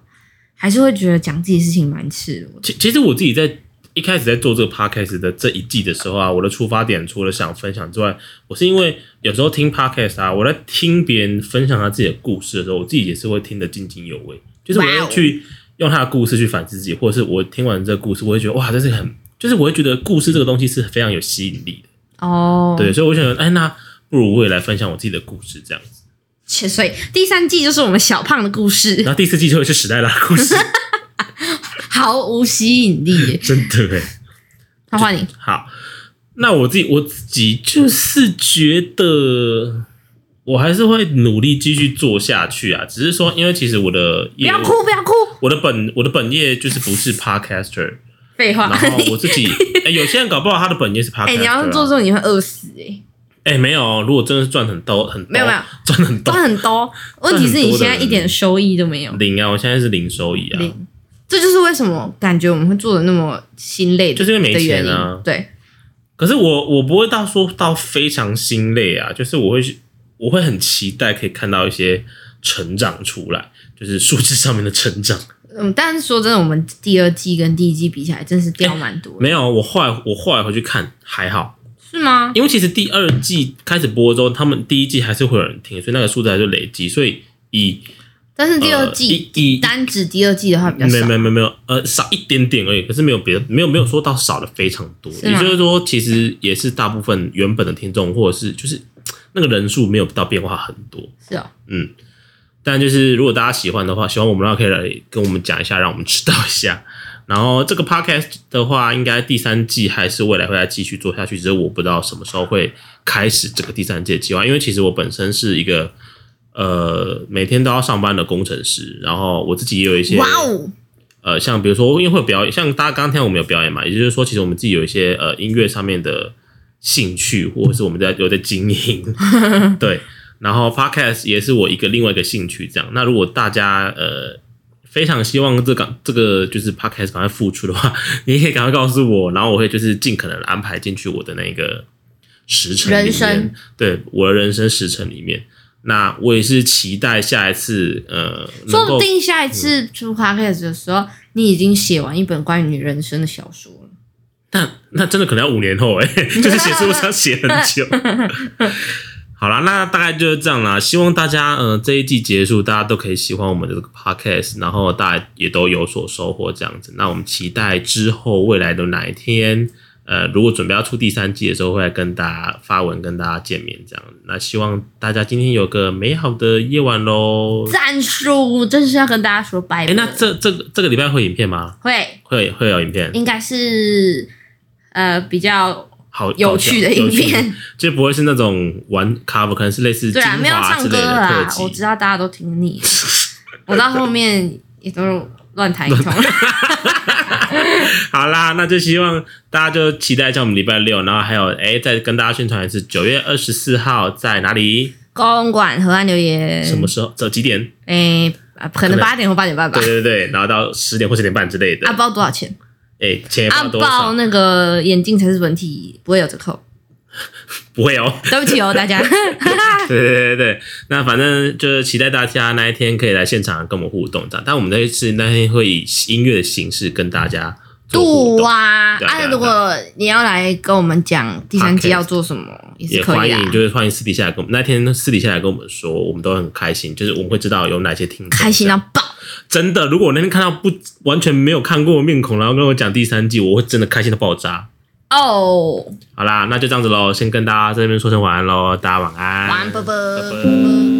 Speaker 1: 还是会觉得讲自己的事情蛮赤裸的。
Speaker 2: 其其实我自己在一开始在做这个 podcast 的这一季的时候啊，我的出发点除了想分享之外，我是因为有时候听 podcast 啊，我在听别人分享他自己的故事的时候，我自己也是会听得津津有味，就是我
Speaker 1: 哇
Speaker 2: 会
Speaker 1: 哦
Speaker 2: 去用他的故事去反思自己，或者是我听完这个故事，我会觉得哇，这是很，就是我会觉得故事这个东西是非常有吸引力的，
Speaker 1: 哦，
Speaker 2: 对，所以我想，哎，那不如我也来分享我自己的故事这样子。
Speaker 1: 切，所以第三季就是我们小胖的故事。
Speaker 2: 然后第四季就会是史黛拉的故 事，
Speaker 1: 毫无吸引力 耶。
Speaker 2: 真的哎、
Speaker 1: 他换你，
Speaker 2: 好，那我自己我自己就是觉得，我还是会努力继续做下去啊。只是说，因为其实我的
Speaker 1: 不
Speaker 2: 业
Speaker 1: 要
Speaker 2: 务，
Speaker 1: 哭，不要哭，
Speaker 2: 我的本我的本业就是不是 podcaster，
Speaker 1: 废话。
Speaker 2: 然后 我
Speaker 1: 你
Speaker 2: 自己，哎、有些人搞不好他的 本业是 podcaster，、啊
Speaker 1: 哎、你要是做这种，你会饿死哎、
Speaker 2: 哎、没有，如果真的是赚很多很多
Speaker 1: 没有没有
Speaker 2: 赚很
Speaker 1: 都
Speaker 2: 多
Speaker 1: 很多。问题是你现在一点收益都没有，
Speaker 2: 零啊，我现在是零收益啊，
Speaker 1: 零。这就是为什么感觉我们会做的那么心累的，
Speaker 2: 就是因为没钱
Speaker 1: 的
Speaker 2: 啊
Speaker 1: 原因对，
Speaker 2: 可是我我不会到说到非常心累啊，就是我会去我会很期待可以看到一些成长出来，就是数字上面的成长。
Speaker 1: 嗯，但是说真的，我们第二季跟第一季比起来，真是掉蛮多的，
Speaker 2: 没有，我后来我后来回去看还好，
Speaker 1: 是吗？
Speaker 2: 因为其实第二季开始播之后，他们第一季还是会有人听，所以那个数字还是累积，所以以
Speaker 1: 但是第二
Speaker 2: 呃
Speaker 1: 季、
Speaker 2: 以以
Speaker 1: 单指第二季的话比较
Speaker 2: 没
Speaker 1: 少，
Speaker 2: 没没没有，呃，少一点点而已，可是没有别的，没有没有说到少的非常多，
Speaker 1: 是
Speaker 2: 也
Speaker 1: 吗
Speaker 2: 就是说，其实也是大部分原本的听众或者是就是那个人数没有到变化很多，
Speaker 1: 是哦。
Speaker 2: 嗯，但就是如果大家喜欢的话，喜欢我们的话可以来跟我们讲一下，让我们知道一下。然后这个 podcast 的话，应该第三季还是未来会再继续做下去，只是我不知道什么时候会开始这个第三季的计划，因为其实我本身是一个呃每天都要上班的工程师，然后我自己也有一些
Speaker 1: 哇哦，
Speaker 2: 呃，像比如说，因为会有表演，像大家刚刚听到我们有表演嘛，也就是说，其实我们自己有一些呃音乐上面的兴趣，或者是我们在有在经营， 对。然后 podcast 也是我一个另外一个兴趣，这样。那如果大家呃非常希望这个这个就是 podcast 赶快付出的话， 你也可以赶快告诉我，然后我会就是尽可能地安排进去我的那个时辰里
Speaker 1: 人生
Speaker 2: 面，对我的人生时辰里面。那我也是期待下一次呃，
Speaker 1: 说
Speaker 2: 能够
Speaker 1: 不定下一次出 podcast 的时候，你已经写完一本关于你人生的小说了。
Speaker 2: 但那真的可能要五年后哎、就是写书上写很久。好啦，那大概就是这样啦。希望大家，嗯、这一季结束，大家都可以喜欢我们的这个 podcast，然后大家也都有所收获这样子。那我们期待之后未来的哪一天，呃，如果准备要出第三季的时候，会来跟大家发文，跟大家见面这样子。那希望大家今天有个美好的夜晚喽。
Speaker 1: 战术，真是要跟大家说拜
Speaker 2: 哎、
Speaker 1: 拜。
Speaker 2: 那这这个这个礼拜会有影片吗？
Speaker 1: 会
Speaker 2: 会会有影片，
Speaker 1: 应该是呃比较
Speaker 2: 好
Speaker 1: 有趣的影，
Speaker 2: 搞笑有趣
Speaker 1: 片，
Speaker 2: 就不会是那种玩 cover，可能是类似
Speaker 1: 对
Speaker 2: 精
Speaker 1: 啊，没有
Speaker 2: 华
Speaker 1: 唱
Speaker 2: 之类
Speaker 1: 歌
Speaker 2: 的
Speaker 1: 啦，我
Speaker 2: 特
Speaker 1: 知
Speaker 2: 辑。
Speaker 1: 道大家都听腻， 我到后面也都乱弹一 通。
Speaker 2: 好啦，那就希望大家就期待一下我们礼拜六，然后还有哎，再跟大家宣传一次，九月二十四号在哪里？
Speaker 1: 公馆河岸留言，
Speaker 2: 什么时候？走几点？
Speaker 1: 哎、啊可能
Speaker 2: 可能
Speaker 1: 八点或八点半吧啊
Speaker 2: 对。对对，然后到十点或十点半之类的
Speaker 1: 阿。包多少钱？
Speaker 2: 哎，钱也不知
Speaker 1: 阿
Speaker 2: 道多少
Speaker 1: 包，那个眼镜才是本体，不会有折扣。
Speaker 2: 不会哦。
Speaker 1: 对不起 哦，大家。啊
Speaker 2: 对对对对对，那反正就是期待大家那一天可以来现场跟我们互动这样，但我们那一次那天会以音乐的形式跟大家做互
Speaker 1: 度
Speaker 2: 动，
Speaker 1: 啊
Speaker 2: 对啊对啊
Speaker 1: 啊！如果你要来跟我们讲第三季
Speaker 2: Podcast
Speaker 1: 要做什么，也是
Speaker 2: 也
Speaker 1: 可
Speaker 2: 欢
Speaker 1: 以啊
Speaker 2: 迎，。就是欢迎私底下来跟我们那天私底下来跟我们说，我们都很开心，就是我们会知道有哪些听众
Speaker 1: 开心到爆！
Speaker 2: 真的，如果我那天看到不完全没有看过的面孔，然后跟我讲第三季，我会真的开心到爆炸。
Speaker 1: 哦，
Speaker 2: 好啦，那就这样子喽，先跟大家在这边说声晚安喽，大家晚安，
Speaker 1: 晚安，啵啵
Speaker 2: 拜拜。